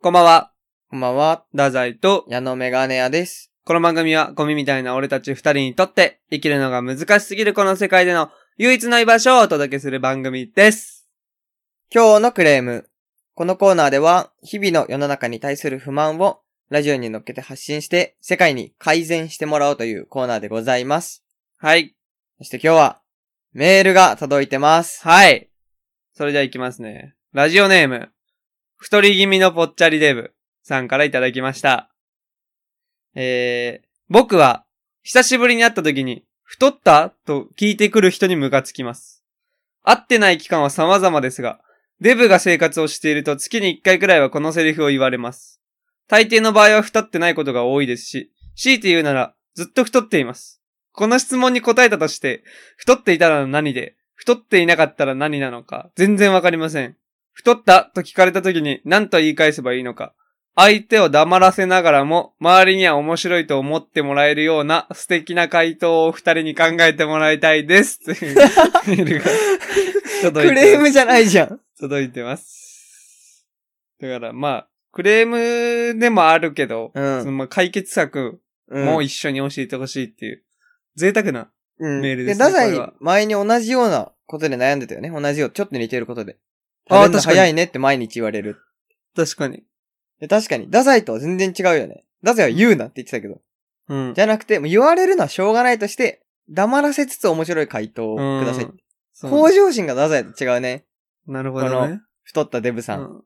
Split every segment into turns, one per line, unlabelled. こんばんは。
こんばんは、
太宰と、
矢野メガネ屋です。
この番組はゴミみたいな俺たち二人にとって、生きるのが難しすぎるこの世界での唯一の居場所をお届けする番組です。
今日のクレーム。このコーナーでは、日々の世の中に対する不満をラジオに乗っけて発信して、世界に改善してもらおうというコーナーでございます。
はい。
そして今日は、メールが届いてます。
はい。それじゃあ行きますね。ラジオネーム、太り気味のぽっちゃりデブさんからいただきました。えー、僕は、久しぶりに会った時に、太ったと聞いてくる人にムカつきます。会ってない期間は様々ですが、デブが生活をしていると月に1回くらいはこのセリフを言われます。大抵の場合は太ってないことが多いですし、強いて言うなら、ずっと太っています。この質問に答えたとして、太っていたら何で、太っていなかったら何なのか、全然わかりません。太ったと聞かれた時に何と言い返せばいいのか。相手を黙らせながらも、周りには面白いと思ってもらえるような素敵な回答をお二人に考えてもらいたいです。というメールが届いてます。
クレームじゃないじゃん。
届いてます。だからまあ、クレームでもあるけど、
うん
そのまあ解決策
うん
も一緒に教えてほしいっていう、贅沢な
うん
メールですね
で、ダザ
これは
イ、前に同じようなことで悩んでたよね。同じよう、ちょっと似てることで。
あー
食べるの
確かに
早いねって毎日言われる。
確かに。
で確かに、ダザイとは全然違うよね。ダザイは言うなって言ってたけど。
うん
じ。ゃなくて、もう言われるのはしょうがないとして、黙らせつつ面白い回答をください。
うんそう
向上心がダザイと違うね。
なるほどね。
太ったデブさん。
うん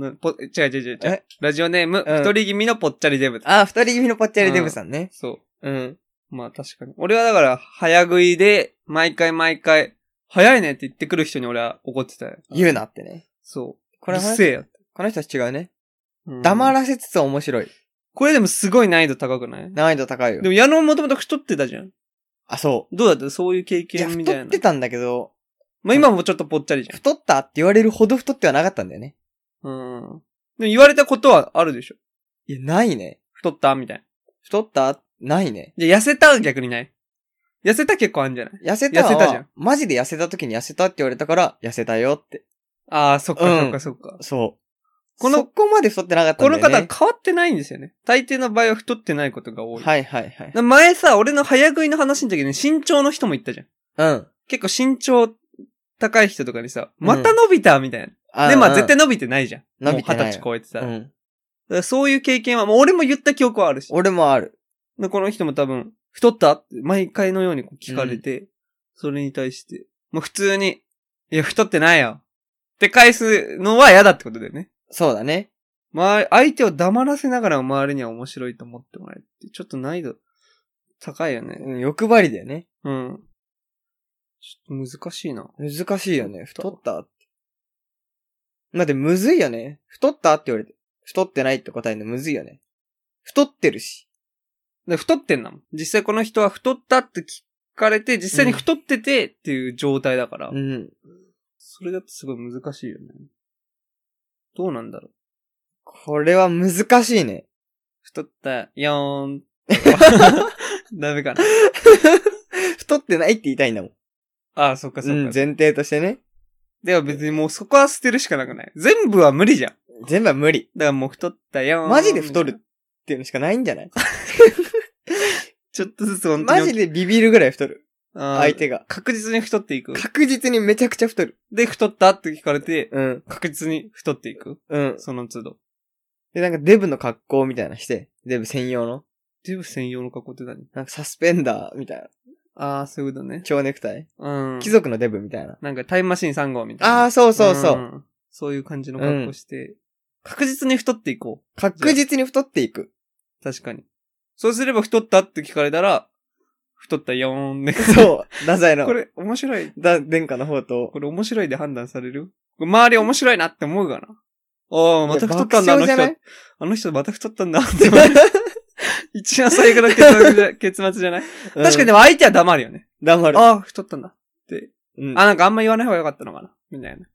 なぽ違う違う違う違う
え。
ラジオネーム、
うん
太り気味のぽっちゃりデブ。
ああ、二人組のぽっちゃりデブさんね。
そ
うん。
う。まあ確かに。俺はだから、早食いで、毎回毎回、早いねって言ってくる人に俺は怒ってたよ。
言うなってね。
そう。
こ
こ
れ
れ
は
うっせえよ。
この人たち違うね。
うん
黙らせつつ面白い。
これでもすごい難易度高くない
難易度高いよ
で。も矢野もともと太ってたじゃん。
あ、そ
どうだったそういう経
う。いや、
験みたいな。
太ってたんだけど、
まあ今もちょっとぽっちゃりじゃん。
太ったって言われるほど太ってはなかったんだよね。
うん。でも言われたことはあるでしょ
いや、ないね。
太ったみたいな。
太ったないね。
じゃあ痩せたは逆にない痩せた結構あるんじゃない
痩せたのは
痩せたじゃん
マジで痩せた時に痩せたって言われたから、痩せたよって。
ああ、そっか
う
そ
ん
っかそっか。
そう。
この
そこまで太ってなかったん
こ
だ
の
よね。
方は変わってないんですよね。大抵の場合は太ってないことが多い。
はいはいはい。
前さ、俺の早食いの話の時に身長の人も言ったじゃん。
うん。
結構身長高い人とかにさ、
うん
また伸びたみたいな。
あ
で、まあ絶、
う
対
ん
伸びてないじゃん。
伸びてない
もう二十歳超えてたら。
う
だ
ん。
からそういう経験は、もう俺も言った記憶はあるし。
俺もある。
でこの人も多分、太ったって毎回のようにこう聞かれて、それに対して、もう普通に、いや、太ってないよ。って返すのは嫌だってことだよね。
そうだね。
まあ、相手を黙らせながら周りには面白いと思ってもらえるって、ちょっと難易度高いよね。
うん欲張りだよね。
うん。ちょっと難しいな。
難しいよね。
太
太
っ
ったって。だってむずいよね。太ったって言われて。太ってないって答えるのむずいよね。太ってるし。
で、太ってんだもん。実際この人は太ったって聞かれて、実際に太っててっていう状態だから、
うん。
それだとすごい難しいよね。どうなんだろう。
これは難しいね。
太ったよー ん。ダメかな。
太ってないって言いたいんだもん。
ああ、そっかそっ
うん
か。
前提としてね。
では別にもうそこは捨てるしかなくない。全部は無理じゃん。だか
全部は無理。
らもう太ったよーん。
マジで太るっていうのしかないんじゃない
ちょっとずつ本当に
マジでビビるぐらい太る。
あー
相手が。
確実に太っていく。
確実にめちゃくちゃ太る。
で、太ったって聞かれて、
うん。
確実に太っていく。
うん。
その都度。
で、なんかデブの格好みたいなのして。デブ専用の。
デブ専用の格好って何
なんかサスペンダーみたいな。
ああ、そういうことね。
蝶ネクタイ。
うん。
貴族のデブみたいな。
なんかタイムマシーン3号みたいな。
ああ、そうそうそう。
んそういう感じの格好して、確実に太っていこ
確実に太っていく。
う。確かに。そうすれば太ったって聞かれたら、太ったよーんね。
そう。 太宰の
こ、れ面白い。
だ、殿下の方と
こ、れ面白いで判断されるこれ周り面白いなって思うかな。ああ、また太ったんだ、あ
い
の
や爆笑じゃない
人。あの人また太ったんだ って。一番最悪の結末じ ゃ結末じゃない確かに
に
でも相手は黙るよね。
黙る。
ああ、太ったんだ。
うん
あ、なんかあんま言わない方が良かったのかな。みたいな。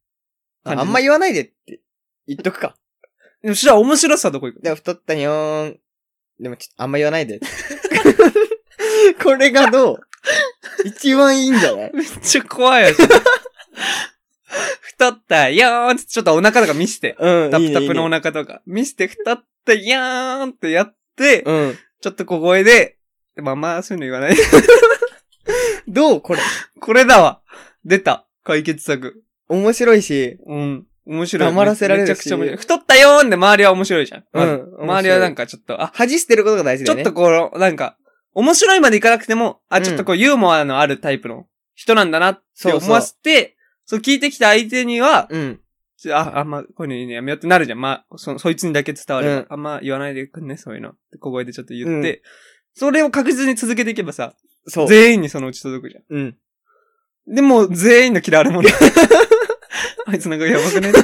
ああんま言わないでって言っとくか。
でも、そしたら面白さはどこ行く
でも太ったにょーん。でもちょっとあんま言わな いで。これがどう一番いいんじゃない
めっちゃ怖いやつ。太ったよーんってちょっとお腹とか見せて。
うん。
タプタプのお
な。
腹とか。見せて、太ったよーんってやって、
うん。
ちょっと小声で、まあまあ、そういうの言わない。
どうこれ。
これだわ。出た。解決策。
面白いし。
うん。面白い。
黙らせられるし
めちゃくちゃ面白い。太ったよーんで周りは面白いじゃん。
う
まず
ん。
周りはなん
か。
かちょっと、あ、
恥捨てることが大事
ち
だ
ょ
よ
っ
ね。
とこう、なんか、面白いまでいかなくても、
う
あ、
ん
ちょっとこう、ユーモアのあるタイプの人なんだなって思わせて、そう聞いてきた相手には、
うん。
ちょあ、あんま、こういうのいいね、やめようってなるじゃん。まあ、そ、そいつにだけ伝わる。
うん
あんま言わないでくんね、そういうの。って小声でちょっと言って、
うん
それを確実に続けていけばさ、
そう。
全員にそのうち届くじゃ
うん。
ん。でも、全員の嫌われ 者。あいつなんかやばくねいや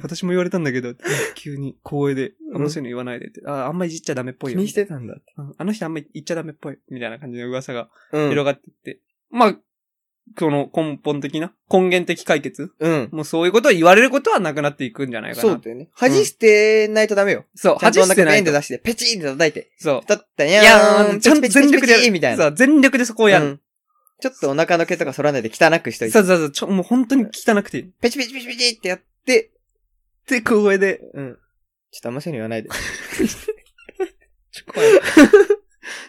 私も言われたんだけど、急に小声で、あんまそういうの言わないでって、あ、あんまいじっちゃダメっぽい
気
よ。
にしてたんだ。
うんあの人あんま言っちゃダメっぽい、みたいな感じの噂が
うん。
広がってって。まあ、この根本的な、根源的解決
うん。
もうそういうことを言われることはなくなっていくんじゃないかな。
そうだよね。恥捨てないとダメよ。
そう、
ちゃん
恥
とお
捨
腹
てな
ペン
い
で
と。
出して、ペチンって叩いて。
そう。
だった
い
やーん、
ちゃんと全力でやる。
みたい
そ
な。
う、全力でそこをや
う
る。
んちょっとお腹の毛とか反らないで汚くしとい
そ
て。
うそうそう、ちょ、もう本当に汚くていい。
ペチペチペチペチってやって、
で、小声で。
うん。ちょっとあんまそういうの言わないで。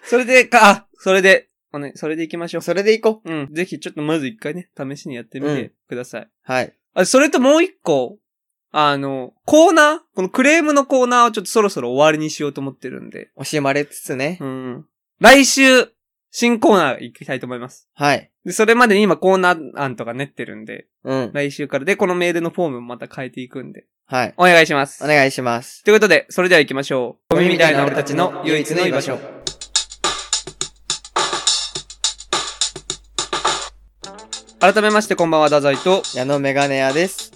それで、か、あ、それで、おね、それで行きましょう。
それでいこ
うん。ぜひ、ちょっとまず一回ね、試しにやってみ
うん
てください。
う。はい。
あ、それともう一個、あの、コーナーこのクレームのコーナーをちょっとそろそろ終わりにしようと思ってるんで。
惜しまれつつね
う。ん。来週、新コーナー行きたいと思います。
はい。
で、それまでに今コーナー案とか練ってるんで、
うん。
来週からで、このメールのフォームもまた変えていくんで、
はい。
お願いします。
お願いします。
ということで、それでは行きましょう。ゴミみたいな俺たちの唯一の居場所。。改めまして、こんばんは、ダザイと、
矢野メガネ屋です。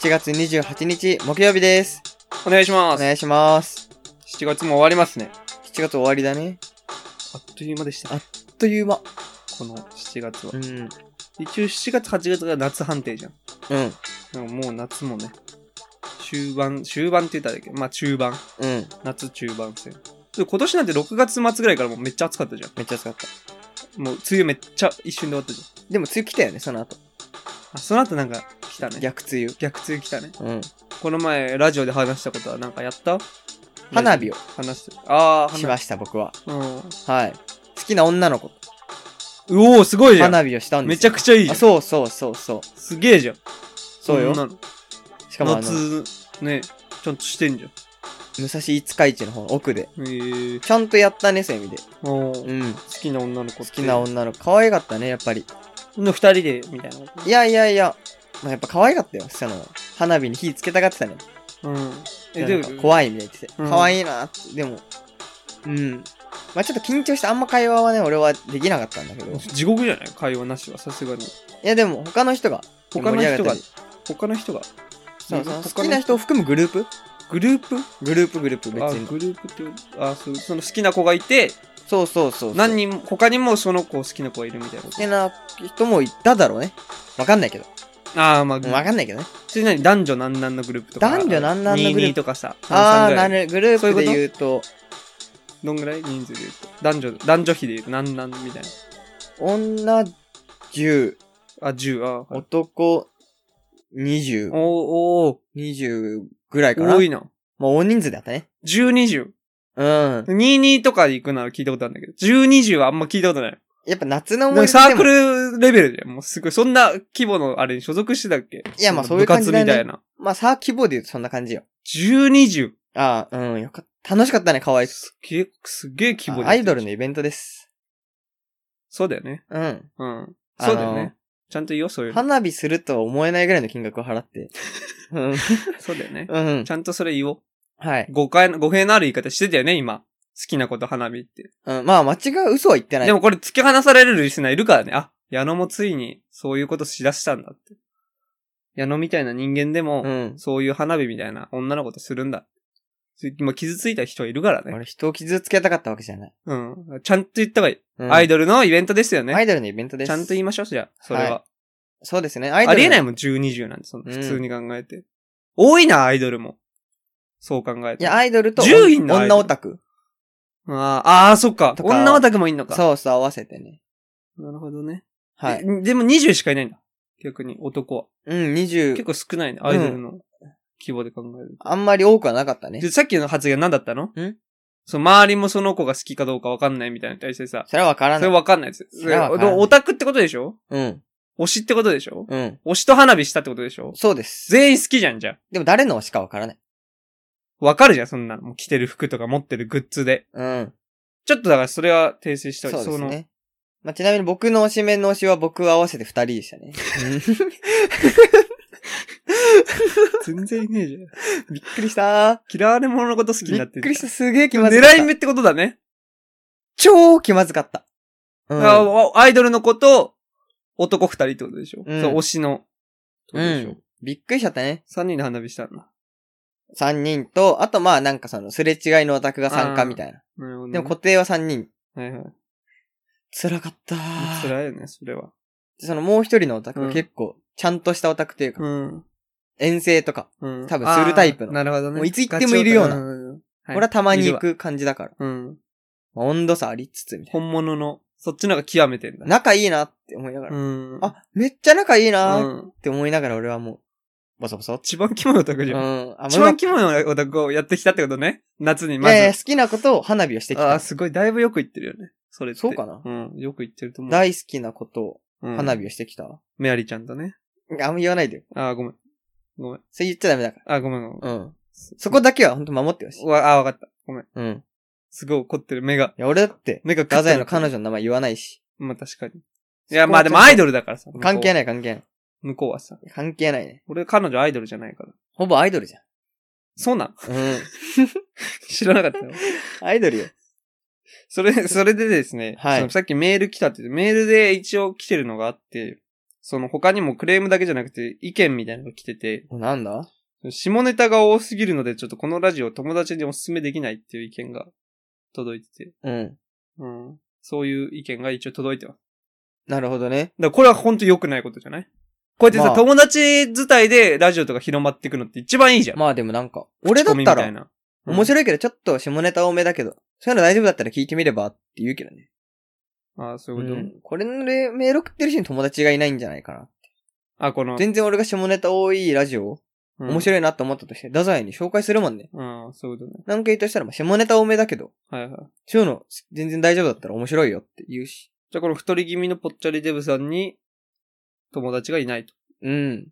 7月28日木曜日です。
お願いし
お
ます。
願いします。
7月も終わりますね。
7月終わりだね。
あっという間でした。
あっという間。
この7月は
う。ん。
一応7月8月が夏判定じゃん。
うん。
でももう夏もね、終盤、終盤って言ったらだけど、まあ中盤、
うん。
夏中盤戦。で今年なんて6月末ぐらいからもうめっちゃ暑かったじゃ
めっちゃ暑かった。
ん。もう梅雨めっちゃ一瞬で終わったじゃん。
でも梅雨来たよね、その後。
あ、その後なんか来たね。逆
逆梅雨。
梅雨来たね。
うん。
この前、ラジオで話したことはなんかやった
花火を
話して。ああ、
しました、僕は。
火。うん。
はい。好きな女の子。
うおー、すごいじゃん。
花火をしたんで
め
す
ちゃくちゃいい
ゃ
じゃん。
そうそうそうそう。
すげえじゃん。
そうよ
んなの
しかもあの、武
夏、ね、ちゃんとしてんじゃん。
蔵五日市の方、奥で。
ええー。
ちゃんとやったね、そういう意味で。
おー
うん。
好きな女の子
好
って
きな女の子、可愛かったね、やっぱり。
の二人で、みたいなこと。
いやいやいや、まあ、やっぱ可愛かったよ、その、花火に火つけたがってたね。
うん。え、
な
で
ん
も
か、怖いみたいに言ってて。
うん
可愛いなって、でも、うん。まあちょっと緊張して、あんま会話はね、俺はできなかったんだけど。い
地獄じゃない会話なしは、さすがに。
や、でも、他の人が、
他の人が
盛り上がったり
他の人が。
そうそう
他の
好きな人を含むグループ
グループ
グループグループ、別
あ、
に。
グループっていう、あ、そう、その好きな子がいて、
そうそうそうそう。
何人も、他にもその子好きな子がいるみたいなこ
好きな人もいただろうね。わかんないけど。
と。ああ、まあ、
わかんないけどね。
それ何男女何々のグループとか。
男女何々のグル
22
ープ
とかさ。
あ
33
ー、
ぐら
ないる、グルー
そういうこ
プで
と
言うと、
どんぐらい人数で言うと。男女、男女比で言うと何々みたいな。
女10、
あ、10、あ、はい、
男20、
おーお
20ぐらい
ー、
かな。
多いな。
まあ、大人数だったね。
10、20。
うん。
22とかで行くなら聞いたことあるんだけど、10、20はあんま聞いたことない。
やっぱ夏の
な
思
んか
い出
サーク
ル
ルレベルで、もうすごい、そんな規模のあれに所属してたっけ
いやまあ
の
そういう感じだね
部活みたいな。
まあ、サー規模で言うとそんな感じよ。
10、20。
ああ、うん、よかった。楽しかったね、可愛い。
すげえ、すげえ規模で
あアイドルの。イベントです。
そうだよね。
うん。
うん。そうだよ
あの
ね。ちゃんと言おう、そういうの。
花火するとは思えないぐらいの金額を払 って。うん。
そうだよね。
うん
ち。ゃんとそれ言おう。
はい。
誤解の、語弊のある言い方してたよね、今。好きなこと花火って。
うん、まあ、間違う嘘は言ってない。
でもこれ突き放されるリスナーいるからね。あ、矢野もついにそういうことしだしたんだって。矢野みたいな人間でも、
うん。
そういう花火みたいな女の子とするんだ。それ今傷ついた人はいるからね。
俺、人を傷つけたかったわけじゃない。
うん。ちゃんと言った方がいい。
うん
アイドルのイベントですよね。
アイドルのイベントです。
ちゃんと言いましょう、じゃあ。それは。
そうですね。アイドル
あ
の
りえないもん、10、20なんて、その、
うん
普通に考えて。多いな、アイドルも。そう考え
い
て。
や、
あ
アイドルと
10人のアイド
女
ル
オタク。
ーあー、そっか。
とか
女オタクもいんのか。
そうそう、合わせてね。
う。なるほどね。
はい。
で。でも20しかいないんだ。逆に男は。
うん、20
結、構少ないね、アイドルの規模で考える
あんまり多くはなかったね
と。。でさっきの発言何だったの
ん
そう、周りもその子が好きかどうかわかんないみたいなの対してさ、
それはわから
そ
な
れ
い。
わかんないです。
それはわからない
オタクってことでしょ
うん。
推しってことでしょ
うん。
推しと花火したってことでしょ
そうです。
全員好きじゃん、じゃあ。
でも誰のしかわからない。
わかるじゃん、そんなの。もう着てる服とか持ってるグッズで。
うん。
ちょっとだからそれは訂正した
そう
い
です
の。
ね。まあ、ちなみに僕の推しメンの推しは僕合わせて二人 でしたね。
全然いねえじゃん。
びっくりした
嫌われ者のこと好き
び
に
っ
なって
く
る
りした。すげえ気まずかった。
狙い目ってことだね。
超気まずかった。う
だ
ん。
からおアイドルの子と男二人ってことでしょ、
うん
そう、推しの。
う
でしょ
ん。びっくりしちゃったね。
三人で花火したんだ。
三人と、あとまあなんかそのすれ違いのオタクが参加みたいな。
なるほどね、
でも固定は三人。
はいはい。
辛かったー
辛いよね、それは。
そのもう一人のオタク
う
が
ん
結構、ちゃんとしたオタクというか、
うん。
遠征とか、
うん。
多分するタイプの
あーなるほどね。
もういつ行ってもいるような
ガチオタんんはい
俺はたま
い
に
る
行
わ
く感じだから、
うん。
まあ温度差ありつつみたい
本物の、そっちの方が極めてんだ。
な。仲いいなって思いながら、
うん。
あ、めっちゃ仲いいなーっ
うん。
て思いながら俺はもう、ボソボソって。
一番キモいオタク
う
じゃん。
ん。あ、
一
まあ
番キモいオタクをやってきたってことね。夏に
い
まず。
やいや好きなことを花火をしてき
ああー、
た。
すごい。だいぶよく言ってるよね。それって。
そうかな
うん。よく言ってると思う。
大好きなことを
うん
花火をしてきた。
メアリーちゃんとね。
あんま言わないでよ。
ああ、ごめん。ごめん。
それ言っちゃダメだか
あーごめんごめん。
ら。うん。そこだけは本当守ってほしい。
わあー、わかった。ごめん。
うん。い
すごい怒ってる。目が。
や、俺だって、
目が
ガザイの彼
女。
女の名前言わないし。
まあ確かに。い
そこは
や、まあでもアイドルだからさ。
関係
い。
ない関係ない。
向こうはさ。
関係ないね。
俺、彼女アイドルじゃないから。
ほぼアイドルじゃん。
そうなん
うん。
知らなかったよ。
アイドルよ。
それ、 それでですね、
はい
そのさっきメール来たって言って、メールで一応来てるのがあって、その他にもクレームだけじゃなくて意見みたいなのが来てて、
なんだ
下ネタが多すぎるのでちょっとこのラジオ友達にお勧めできないっていう意見が届いてて、
うん。
うん。そういう意見が一応届いてます。
なるほどね。
だからこれは本当良くないことじゃないこうやってさ、
まあ
友達伝いでラジオとか広まっていくのって一番いいじゃん。
まあでもなんか、俺
口
だっ
コミみ
た
たい
ら、
な。
面
い。
白いけどちょっと下ネタ多めだけど、そういうの大丈夫だったら聞いてみればって言うけどね。
ああ、そう
う
いうこと。
ん。これのレメール送ってる人に友達がいないんじゃないかな。
あ、この、
全然俺が下ネタ多いラジオを、
うん
面白いなと思ったとして、ダザイに紹介するもんね。
うん、そういうことね。
なんか言ったしたら、まあ下ネタ多めだけど、
はいはい。
そういうの全然大丈夫だったら面白いよって言うし。
じゃあこの太り気味のぽっちゃりデブさんに友達がいないと。
うん。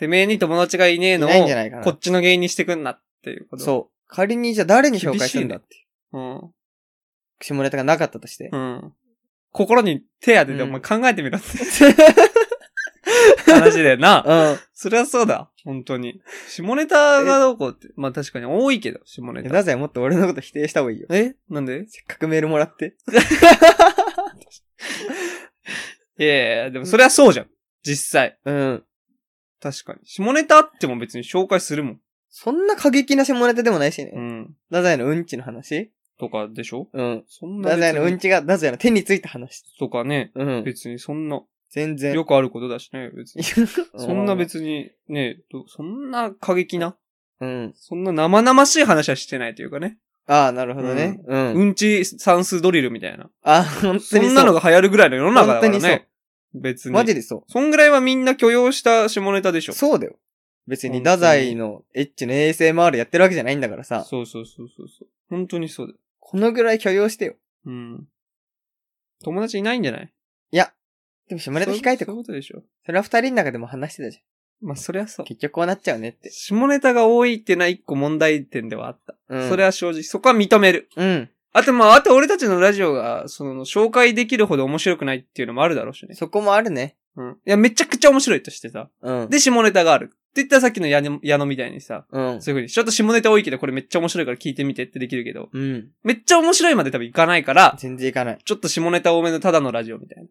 てめえに友達がいねえ
い
のを
ないんじゃないかな
こ。っちの原因にしてくんなっていうこと。
そう。仮にじゃあ誰に紹介するんだって。
う。うん。
下ネタがなかったとして。
うん。心に手当ててお
うん
前考えてみ ろって話だよな。
うん。
そりゃそうだ。本当に。下ネタがどうこうって。まあ確かに多いけど、下ネタ。
ダザイもっと俺のこと否定した方がいいよ。
えなんで
せっかくメールもらって。
いやいや、でもそりゃそうじゃん。実際。
うん。
確かに。下ネタあっても別に紹介するもん。
そんな過激な下ネタでもないしね。
うん。
ダザイのうんちの話
とかでしょ
うん。
そんな
ダ
別に。
ザイのうんちがダザイの手についた話。
とかね。
うん。
別にそんな。
全然。
よくあることだしね、別に。そんな
別
別に、ね、どそんな過激な、
うん。
そんな生々しい話はしてないというかね。
ああ、なるほどね。うん。
うんち算数ドリルみたいな。
あ、本当に
そんなの
が。
が流行るぐらいの世の中だから
本当に
ね。別に。
マジでそ
そんぐらいはみんな許容した下ネタでしょ。
う。そうだよ。別
本
に、
当に
ダザイのエッチの ASMR やってるわけじゃないんだからさ。
そうそうそうそうそう。本当にそうだよ。
このぐらい許容してよ。
うん。友達いないんじゃない
いや。でも、下ネタ控えて
そう
こ
いうこ
う。
とでしょ。
それは二人の中でも話してたじ
まあ、そりゃそ
ゃ。。
うん
結局こうなっちゃうねって。
下ネタが多いっていうのは一個問題点ではあった。
うん。
それは正直、そこは認める。
うん。
あと、まあ、あと俺たちのラジオが、その、紹介できるほど面白くないっていうのもあるだろうしね。
そこもあるね。
うん。いや、めちゃくちゃ面白いとしてさ。
うん。
で、下ネタがある。って言ったらさっきの矢野矢野みたいにさ、
うん。
そういう風に、ちょっと下ネタ多いけど、これめっちゃ面白いから聞いてみてってできるけど、
うん。
めっちゃ面白いまで多分いかないから、
全然いかない。
ちょっと下ネタ多めのただのラジオみたいな。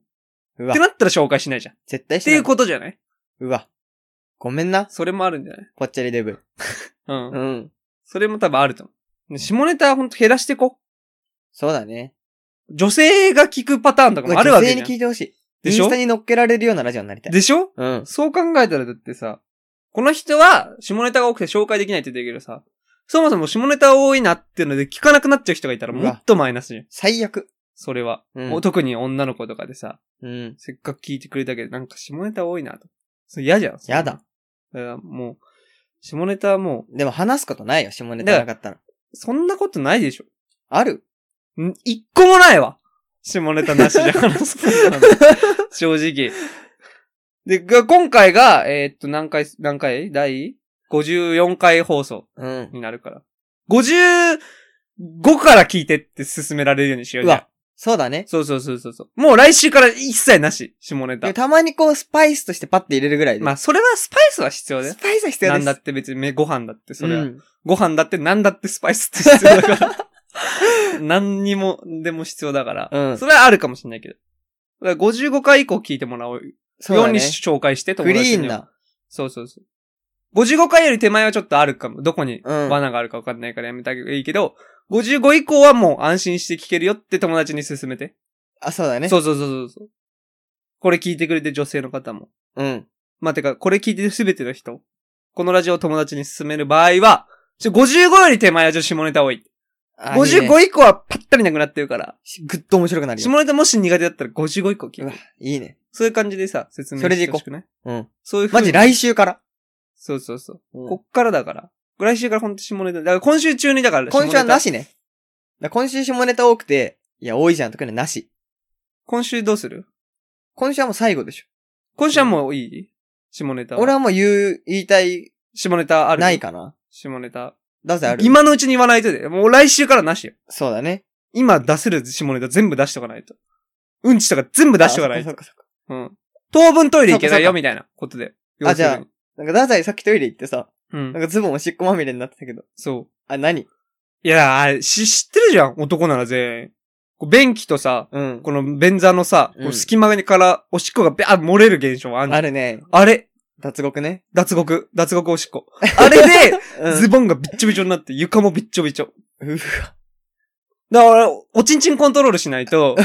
う
っ
わ
て。なったら紹介しないじゃん。っ
絶対してて
いうことじゃないう
わ。ごめんな。
それもあるんじゃない
ぽっちゃりデブ。
うん。
うん。
それも多分あると思う。で下ネタほんと減らしてこ。
そうだね。
女性が聞くパターンとかもあるわけじゃ
女性に聞
ん。
いてほしい。
で
イ
し
ン
ょ
スタに乗っけられるようなラジオになりたい。
でしょ
うん。
そう考えたらだってさ、この人は下ネタが多くて紹介できないって言ってるけどさ、そもそも下ネタ多いなっていうので聞かなくなっちゃう人がいたら
うわ
もっとマイナスじゃん。
最悪。
それは、
うん
もう特に女の子とかでさ、
うん。
せっかく聞いてくれたけどなんか下ネタ多いなと。それ嫌じゃん。
やだ。
だからもう、下ネタはも
でも話すことないよ、下ネタなかったら。
う、そんなことないでしょ。
ある
ん一個もないわ下ネタなしじゃ話すことなん て正直。で、が今回が、えーっと、何回、何回第 ?54 回放送
うん。
になるから。55から聞いてって進められるようにしよう
う
じゃん
わ。そうだね。
そうそうそうそうそう。もう来週から一切なし、下ネタ
で。たまにこう、スパイスとしてパッて入れるぐらいで。
まあ、それはスパイスは必要だよ
ス。パイスは必要
な
です。
んだって別にめ、ご飯だって、それは。
うん
ご飯だってなんだってスパイスって必要だ から。何にも、でも必要だから。
うん
それはあるかもしれないけど。だから55回以降聞いてもらおうよ
そう
う
だ
に
ね。
紹介して、
クリーン
には。
な。
そうそうそう。55回より手前はちょっとあるかも。どこに
うん
罠があるか分かんないからやめたけどいいけど、55以降はもう安心して聞けるよって友達に勧めて。
あ、そうだね。
そうそうそうそうそう。これ聞いてくれて女性の方も。
うん。
まあ、てか、これ聞いてるすべての人。このラジオを友達に勧める場合は、ちょ55より手前は女子下ネタ多い。
あいいね
55以降はパッタリなくなってるから。
ぐっと面白くなる
下
よ。
ネタもし苦手だったら55以降聞
うわ
く。、
いいね。
そういう感じでさ、説明
それで
して
い
ほ
こう
しくない
うん。
そういうふう
マ
に
ジ来週から。
そうそうそう。
うん
こっからだから。来週からほんと下ネタ。だから今週中にだから。
今週はな
下ネタ。
しね。だから今週下ネタ多くて、いや、多いじゃんとかね、なし。
今週どうする
今週はもう最後でしょ。
今週はもういい下ネタ。
俺はもう言う、言いたい、
下ネタある
ない。かな。
下ネタ。
出せある。
今のうちに言わないとで。もう来週からなしよ。
そうだね。
今出せる下ネタ全部出しとかないと。うんちとか全部出しとかない
あそ
と
っ。かそっか
うん。当分トイレ行けない
そうかそう
よ、
か
みたいなことで。
あじゃあ
要する
そっか。なんか、ダザイさっきトイレ行ってさ、
に。うん
なん。かズボンおしっこまみれになってたけど。
そ
あ、何
う。いや、あれ、し、知ってるじゃん、男なら全員。こう便器とさ、
うん。
この便座のさ、
うん
こう隙間からおしっこがビャー漏れる現象あるじゃ
あ
ん
るね。
あれ、
脱獄ね。
脱獄、脱獄おしっ こ。あれで、
う
ズ
ん。
ボンがびっちょびちょになって、床もびっちょびちょ。
うわ
だから、おちんちんコントロールしない と、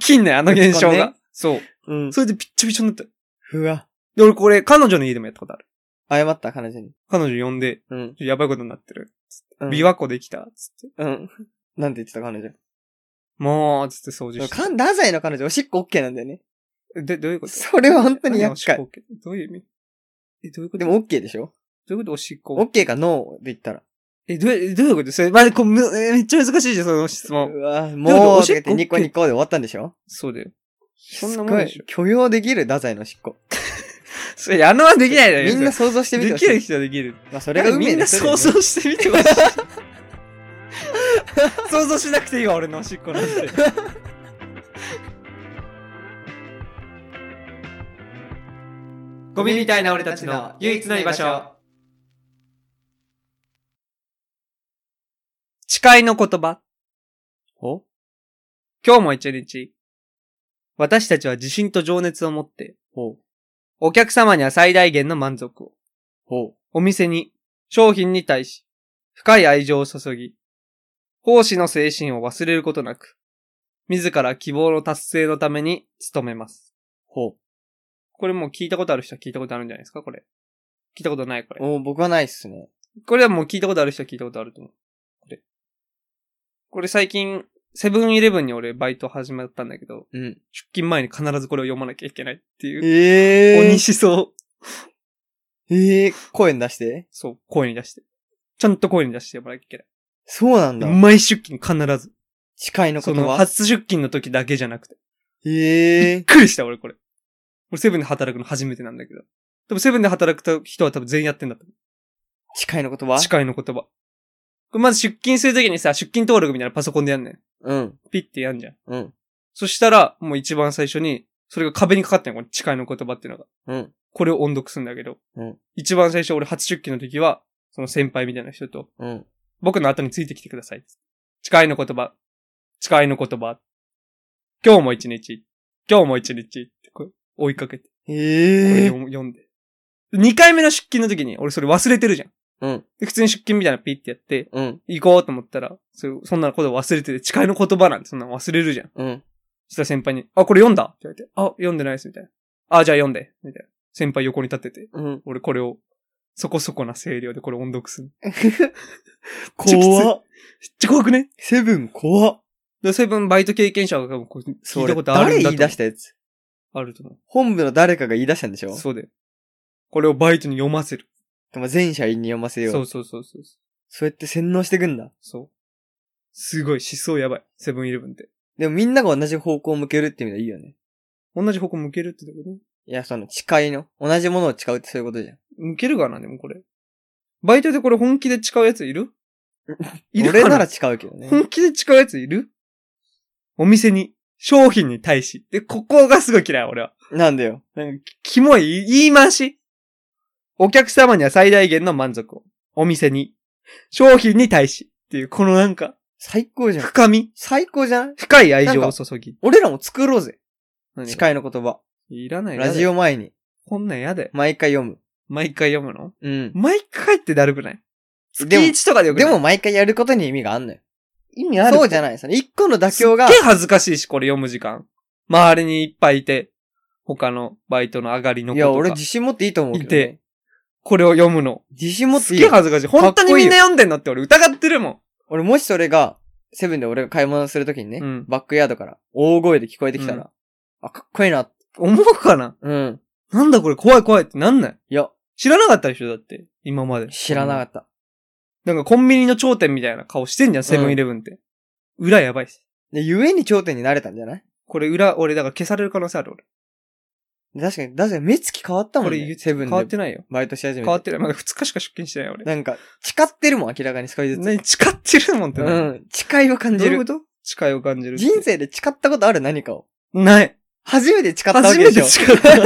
起きんねあの現象が。そう。
うん。
それでびっちょびちょになった。
うわ。
で、俺これ、彼女の家でもやったことある。
謝った、彼女に。
彼女呼んで、
うん。
ちょやばいことになってる。
うん
琵。琶湖できた、つって。
うん。なんて言ってた、彼女。
もう、つって掃除して。
かん、太宰の彼女、おしっこオッケーなんだよね。
で、どういうこと
それは本当に
何
厄
おしっ
介
こ。OK どういう意味え、どういうこと
でもオッケーでしょ
どういうことおしっ
オ
こ
ッ。ケーかノーで言ったら。
え、どういう、どういうことそれ、まあ、こうむえめっちゃ難しいじゃん、その質問。
うわ
でも
も
お
う、
し
と
っこ
か言ってニコニコで終わったんでしょ
そうだよ。そんなもんでしょ
すごい許容できる太宰のしっこ。
それ、あのはできないだよ。
みんな想像してみて
で
ほし
き
い。
る人はできる。
まあ、それが運
み
命
ん
で
な
す
想
よね
像してみてほしい。 想像しなくていいわ、俺のおしっこなんて。 ゴミみたいな俺たちの唯一の居場所。誓いの言葉。
お
今日も一日。私たちは自信と情熱を持って、
ほう。
お客様には最大限の満足を。
ほう。
お店に、商品に対し、深い愛情を注ぎ、奉仕の精神を忘れることなく、自ら希望の達成のために努めます。
ほ
これもう聞いたことある人は聞いたことあるんじゃないですかこれ。聞いたことないこ
う。
れ。
お僕はないっすね。
これはもう聞いたことある人は聞いたことあると思う。これ。これ最近、セブンイレブンに俺バイト始まったんだけど、
うん。
出勤前に必ずこれを読まなきゃいけないっていう、
え
鬼思
ー。
想。
えー、声に出して。
そう、声に出して。ちゃんと声に出して読まなきゃいけ
そうなんだ
ない。。毎出勤必ず。
誓いの
そ
言
の、
葉。
初出勤の時だけじゃなくて。びっ
えー。
くりした、俺、これ。俺、セブンで働くの初めてなんだけど。多分、セブンで働く人は多分全員やってんだと思
誓いの言葉
う。誓いの言葉。これ、まず出勤するときにさ、出勤登録みたいなパソコンでやんねん。
うん。
ピッてやんじゃん。
うん。
そしたら、もう一番最初に、それが壁にかかってんの、この誓いの言葉っていうのが。
うん。
これを音読するんだけど。
うん
一番最初、俺、初出勤の時は、その先輩みたいな人と、
うん。
僕の後についてきてください。誓いの言葉。誓いの言葉。今日も一日。今日も一日。ってこう追いかけて。これ
えー。
読む読んで。2回目の出勤の時に、俺それ忘れてるじゃん。
うん。
で普通に出勤みたいなのピッてやって、
うん。
行こうと思ったら、それそんなこと忘れてて、誓いの言葉なんてそんなの忘れるじゃん。
うん。
そしたら先輩に、あ、これ読んだって言われて、あ、読んでないです、みたいな。あ、じゃあ読んで、みたいな。先輩横に立ってて、
うん。
俺これを、そこそこな声量でこれ音読する。
怖っ。
めっちゃ怖くね
セブン怖っ。
で、セブンバイト経験者がこう聞いたことあ
誰
るんだ
言
と
い出したやつ
あると思
本部の誰かが言い出したんでし
う。
ょ
そうで。これをバイトに読ませる。
でも全社員に読ませよう。そ
そうう。そうそうそう。
やって洗脳してくんだ。
そう。すごい、思想やばい。セブンイレブンって。
でもみんなが同じ方向を向けるって意味でいいよね。
同じ方向向けるってどういうこ
いや、その、誓いの。同じものを誓うってそういうことじゃん。
と向けるかな、でもこれ。バイトでこれ本気で誓うやついるいる
俺
か
な
な
ら誓うけどね。
本気で誓うやついるお店に、商品に対し。で、ここがすごい嫌い、俺は。
なんだよ。
なんか、キモい、言い回し。お客様には最大限の満足を。お店に。商品に対し。っていう、このなんか、
最高じゃん。
深み。
最高じゃない
深い愛情を注ぎ。
俺らも作ろうぜ。
何が
誓いの言葉。
いらない
ラジ
オ。
オ前に。
こんなんやで。
毎回読む。
毎回読むの
うん。
毎回ってだるくない月
でも
1とかでよくな
で
い
も、毎回やることに意味があんのよ。
意味
そう
じ
じゃない。その一個の
ゃ
妥協が
すっ、げえ恥ずかしいし、これ読む時間。周りにいっぱいいて、他のバイトの上がりの
い
子とか
や、俺自信持っていいと思うけど、ね。
いてこれを読むの。
自信持っ
す
てい
っ
い
げえ
よ。
恥ずかしい。本当にみんな読んでんのって俺疑ってるもん。
俺もしそれが、セブンで俺が買い物するときにね、
うん
バックヤードから大声で聞こえてきたら、あ、かっこいいな。
思うかな
うん。
なんだこれ怖い怖いってなんない
いや、
知らなかったでしょだって。今まで。
知らなか
っ
った。
た。なんかコンビニの頂点みたいな顔してんじゃん、セブンイレブンって。裏やばいし。
で、ゆえに頂点になれたんじゃない
これ裏、俺だから消される可能性ある俺。
確かに、確かに目つき変わったも
こ
ん
れ言
ね。
う
セブ
変わ
ン
って
で
ないよ。
バイトし始めて。
変わってない。まだ2日しか出勤してない俺。
なんか、誓ってるもん、明らかに少しずつ。
何、誓ってるもんって
う
何
ん。誓いを感
どう
じ
いう
る
こ。と誓いを感じる。
人生で誓ったことある何かを。
ない。
初めて誓ったわ
初
けで
め
し
て
ょ。
誓う。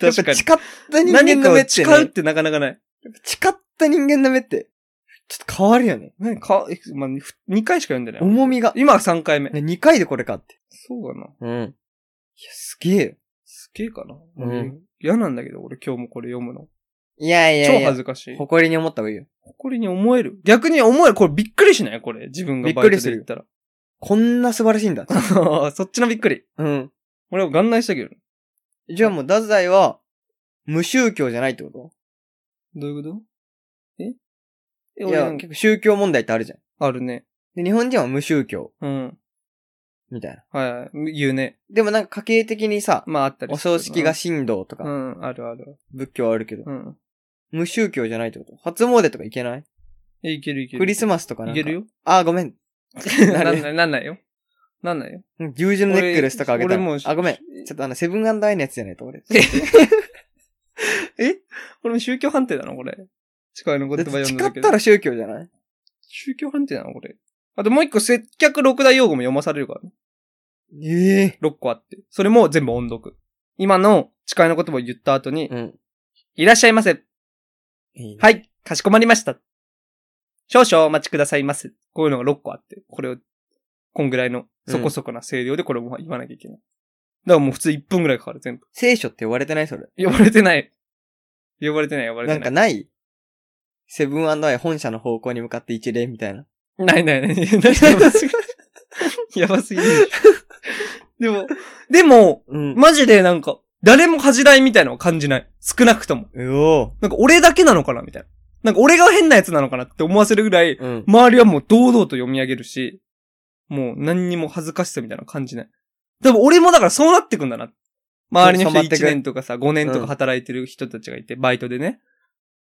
やっ
確
ぱ
か
誓った
に。
人間
何か
の
を
目って、
誓うっ
ね、
てなかなかない。
誓った人間の目って、ちょっと変わるよね。
何か、えまあ、2回しか読んでない。
重みが。
今3回目。
2回でこれかって。
そうかな。
うん。いや、すげえよ。
すげえかな。
うん
嫌なんだけど、俺今日もこれ読むの。
いやいや
超
いや。
恥ずかしい。
誇りに思った方がいいよ。
誇りに思える。逆に思える。これびっくりしないこれ。自分がバイトで言ったら。
こんな素晴らしいんだって。
そっちのびっくり。
うん。
俺は元来したけど。
じゃあもう、ダザイは、無宗教じゃないってこと
どういうことええ、
い
俺
や
な、んか
結構宗教問題ってあるじゃん。
あるね。
で、日本人は無宗教、
うん。
みたいな。
はいはい。言うね。
でもなんか家系的にさ、
まああったり
お
する
葬式が神道と
う
か、
ん、あるある。
仏教はあるけど、
うん。
無宗教じゃないってこと初詣とか行けない
え、いけるいける。
クリスマスとかなん
い
か。
けるよ。
あー、ごめん。
な
なんる
ない、なんないよ。なんないよ。
うん牛耳のネックレスとかあげた
俺
ら
俺もう
あ、ごめん。ちょっとあの、セブンアイのやつじゃないと俺。だ
えこれも宗教判定なのこれ。誓いの言葉
って
読
誓
んだ
っ
だけで
たら宗教じゃない
宗教判定なのこれ。あともう一個、接客六大用語も読まされるからね。
ええ
6個あって。それも全部音読。今の誓いの言葉を言った後に、
うん。
いらっしゃいませ。
いいね
はい、かしこまりました。少々お待ちくださいませ。こういうのが6個あって、これを、こんぐらいのそこそこな声量でこれも言わなきゃいけない。だからもう普通1分ぐらいかかる、全部。
聖書って呼ばれてないそれ。
呼ばれてない。呼ばれてない、呼ばれ
な
て
ん
な
か
い。
ないセブンアイ本社の方向に向かって一礼みたいな。
ないないない。やばすぎる。やばすぎる。でも、でも、
うん。
マジでなんか、誰も恥じらいみたいなのを感じない。少なくとも。
うお
なんか俺だけなのかな、みたいな。なんか俺が変なやつなのかなって思わせるぐらい、
ーうん。
周りはもう堂々と読み上げるし、もう何にも恥ずかしさみたいなの感じない。多分俺もだからそうなってくんだな。周りの人
染まってく
1年とかさ、5年と
う
か
ん
働いてる人たちがいて、バイトでね。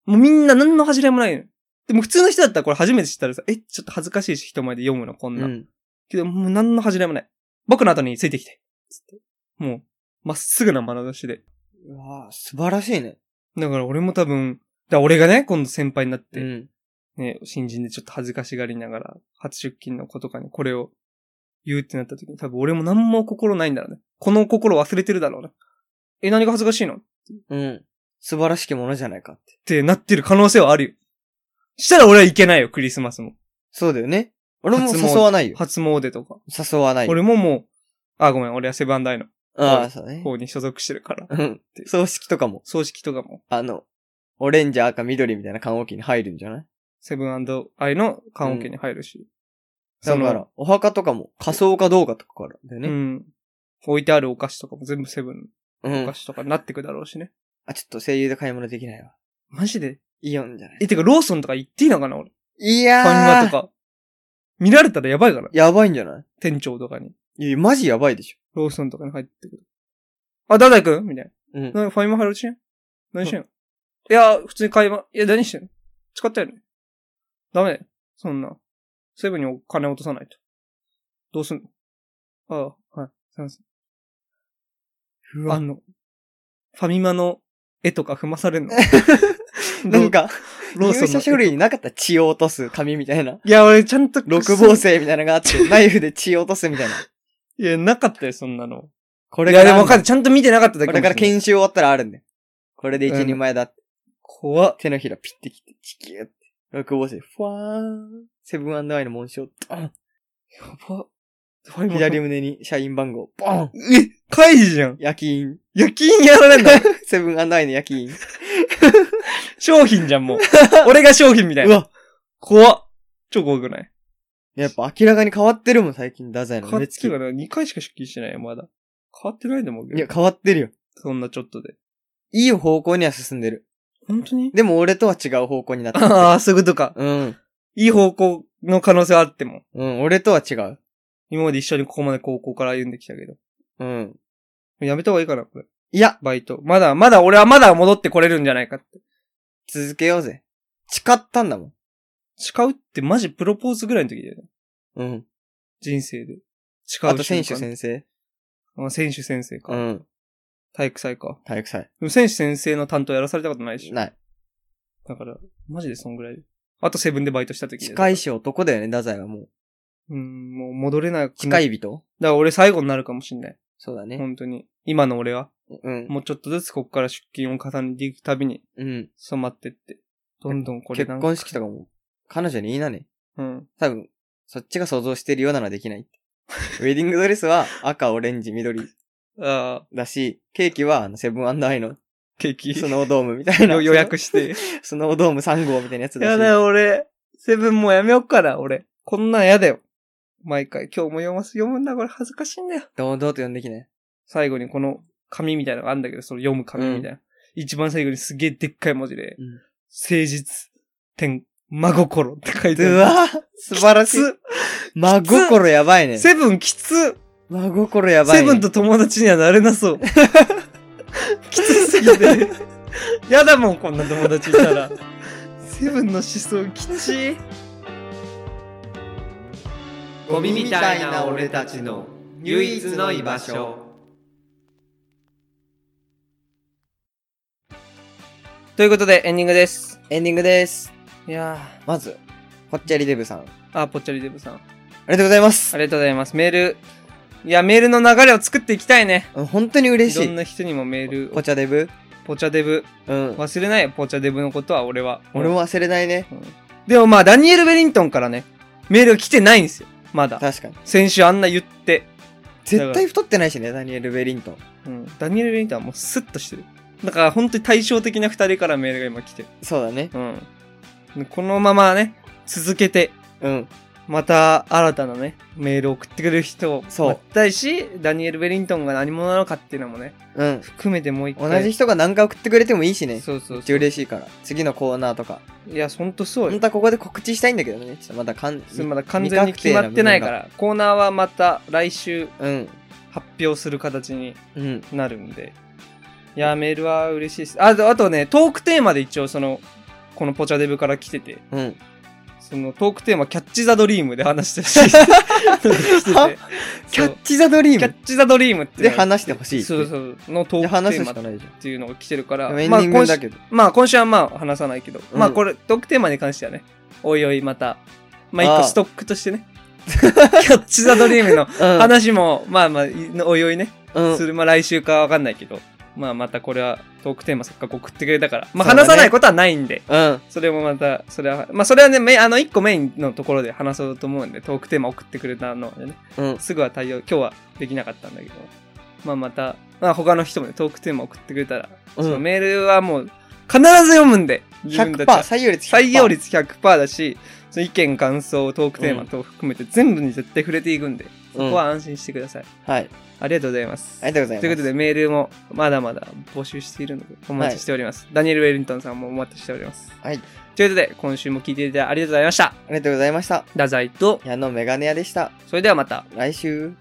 もうみんな何の恥じらいもないの。でも普通の人だったらこれ初めて知ったらさ、え、ちょっと恥ずかしいし人前で読むの、こん
う
な。
ん。
けどもう何の恥じらいもない。僕の後についてきて。つってもう、まっすぐな眼差しで。
うわー素晴らしいね。
だから俺も多分、だから俺がね、今度先輩になって、
うん。
ね、新人でちょっと恥ずかしがりながら、初出勤の子とかにこれを言うってなった時に、多分俺も何も心ないんだろうね。この心忘れてるだろうね。え、何が恥ずかしいのっ
うん。素晴らしきものじゃないかって。
てなってる可能性はあるよ。したら俺はいけないよ、クリスマスも。
そうだよね。俺も
初
誘
詣
わないよ。
初詣とか。
誘わないよ。
俺ももう、あ、ごめん、俺はセブンダイの
ああ、そうね。
方に所属してるから。
うん。葬式とかも、
葬式とかも、
あの、オレンジ、赤、緑みたいな棺桶に入るんじゃない
セブンアイの棺桶に入るし。
だ
その
から、お墓とかも仮装かどうかとかからだよ
う
ね。
ん。置いてあるお菓子とかも全部セブン
う
のお
ん
菓。子とかになってくだろうしね。
あ、ちょっと声優で買い物できないわ。
マジで
イオンじゃない
え、てか、ローソンとか行っていいのかな俺。
い
フ
や
ァミマ
ー
とか。見られたらやばいから。
やばいんじゃない
店長とかに。
いや、マジやばいでしょ。
ローソンとかに入ってくる。あ、ダダイ君みたい
うん。
な。なファミマ入るうちん何してんのいや、普通に買いま、いや、何してんの使ったよねダメだよ。そんな。セブンにお金落とさないと。どうすんのああ、はい。すいません。
う
あ。の、ファミマの絵とか踏まされんの
なんか、
ローソ
入
ンの
社書類になかった血を落とす紙みたいな。
いや、俺ちゃんと。
六芒星みたいなのがあ って、ナイフで血を落とすみたいな。
いや、なかったよ、そんなの。
こ
い
れか
や、で
ら
も分かんない。ちゃんと見てなかっただ
こ
け
れから
ん
研修終わったらあるんだよ。これで一
うん
人前だって。
怖っ。
手のひらピッてきて、チキューって。六芒星、ふわーん。セブンアイの紋章、ドン
やば。ファミマ
左胸に社員番号、ボン
え、怪事じゃん。
夜勤。
夜勤やられん の
セブンアイの夜勤。
商品じゃん、 もう。俺が商品みたいうな。
わ
怖っ。超怖くない
やっぱ明らかに変わってるもん、最近、太宰の
変わ
目
っ
つ
て
き。い
るから、2回しか出勤してないよ、まだ。変わってないと思うけど。
や、変わってるよ。
そんなちょっとで。
いい方向には進んでる。
本当に
でも俺とは違う方向になってる。
ああ、そういうことか。
うん。
いい方向の可能性はあっても。
うん、俺とは違う。
今まで一緒にここまで高校から歩んできたけど。
うん。
やめた方がいいかな、これ。
いや、
バイト。まだ、まだ、俺はまだ戻ってこれるんじゃないかって。
続けようぜ。誓ったんだもん。
誓うってマジプロポーズぐらいの時だよね。
うん。
人生で。誓う
あと選手
瞬間
先生。
あ選手先生か。
うん。
体育祭か。
体育祭。
でも選手先生の担当やらされたことないし。
ない。
だから、マジでそんぐらい。あとセブンでバイトした時だよ
近いし男だよね、太宰はもう。
うん、もう戻れなくな
近
だか
い人
ら俺最後になるかもしんない。
そうだね。
本当に。今の俺は。
うん。
もうちょっとずつここから出勤を重ねていくたびに
うん。
染まってって。どんどんこれ
結
なんか。
婚式とかも、彼女に言いなね。
うん。
多分、そっちが想像してるようならできない って。ウェディングドレスは赤、オレンジ、緑
ああ、
だし、ケーキはあのセブンアイの
ケーキ。
スノードームみたいな。
予約して。
スノードーム3号みたいなやつだし。
やだよ、俺。セブンもうやめよっかな、俺。こんなんやだよ。毎回、今日も読ます、読むんだ、これ恥ずかしいんだよ。
堂々と呼んできね。
最後にこの紙みたいなのがあるんだけど、その読む紙みたいな。一番最後にすげえでっかい文字で、
うん
誠実、天、真心って書いてある。
うわ素晴らしい。
つ
真心やばいね。
セブンきつ、
真心やばい、
セ
ね。
ブンと友達にはなれな そう。きつすぎて。 やだもん、こんな友達いたら。 セブンの思想きちい。
ゴミみたいな俺たちの唯一の居場所。
ということで、エンディングです。
エンディングです。
いや
まず、ぽっちゃりデブさん。あ
ー、あ、ぽっちゃりデブさん。
りがとうございます
あ。りがとうございます。メール。いや、メールの流れを作っていきたいね。
うん本当に
い
嬉し
ろ
い
ん。な人にもメール
ぽ
を
っ。ちゃデブ
ポチャデブ。
うん。
忘れないよ、ポチャデブのことは俺は。
俺も忘れないね。
うん。でもまあ、ダニエル・ベリントンからね、メールが来てないんですよ。まだ。
確かに。
先週あんな言って。
絶対太ってないしね、ダニエル・ベリントン。
うん。ダニエル・ベリントンはもうスッとしてる。だから本当に対照的な二人からメールが今来てる。
そうだね。
うん。このままね、続けて、
うん。
また新たなね、メールを送ってくれる人を
そう
待ちたいし、ダニエル・ベリントンが何者なのかっていうのもね、
うん。
含めてもう一回。
同じ人が何回送ってくれてもいいしね。
そうそう
めっち
そ
ゃ
う。
嬉しいから。次のコーナーとか。
いや、ほんとそう
本
よ。
当はここで告知したいんだけどね。ちょっとまだかん、
まだ完全に決まってないから、コーナーはまた来週
うん。
発表する形に
うん。
なるんで。いや、メールは嬉しいです。あと、あとね、トークテーマで一応その、このポチャデブから来てて、
うん。
そのトークテーマ、キャッチ・ザ・ドリームで話してほしい。来てて
はキャ
そう
ッチ・ザ・ドリ
キャ
ーム
ッチ・ザ・ドリームってい
で
うのが
話してほしい。
そうそうのトー
じゃあ
ク
話
テ
す
ー
し
マ
か
っ
ないじゃん。
ていうのが来てるから
でもエンデ
まあ
ィング
今
だ
週
けど。
まあ今週はまあ話さないけど、
うん
まあこれトークテーマに関してはねおいおいまたまあ
あ
一
あ
個ストックとしてね キャッチ・ザ・ドリームの
うん
話も、まあまあいおいおいね
うん
するまあ来週かわかんないけどまあまたこれはトークテーマせっかく送ってくれたからまあ
そうだね
話さないことはないんで
うん。
それもまたそれはまあそれはねメインあの一個メインのところで話そうと思うんでトークテーマ送ってくれたのでね
うん。
すぐは対応、今日はできなかったんだけど、まあまた、まあ他の人もね、トークテーマ送ってくれたら、
うん
そのメールはもう必ず読むんで、自分
100%
たちは
採用率100%。
採用率100%だし、その意見、感想、トークテーマ等含めて全部に絶対触れていくんで、
う
こ
ん。
こ
はい。
は安心してください。
あり
ありがとうございます。
がとうございます。
ということで、メールもまだまだ募集しているので、お待ちしております。ダニエル・ウェリントンさんもお待ちしております。
はい。
ということで、今週も聞いていただきありがとうございました。
ありがとうございました。
ダザイと、
矢野メガネ屋でした。
それではまた。
来週。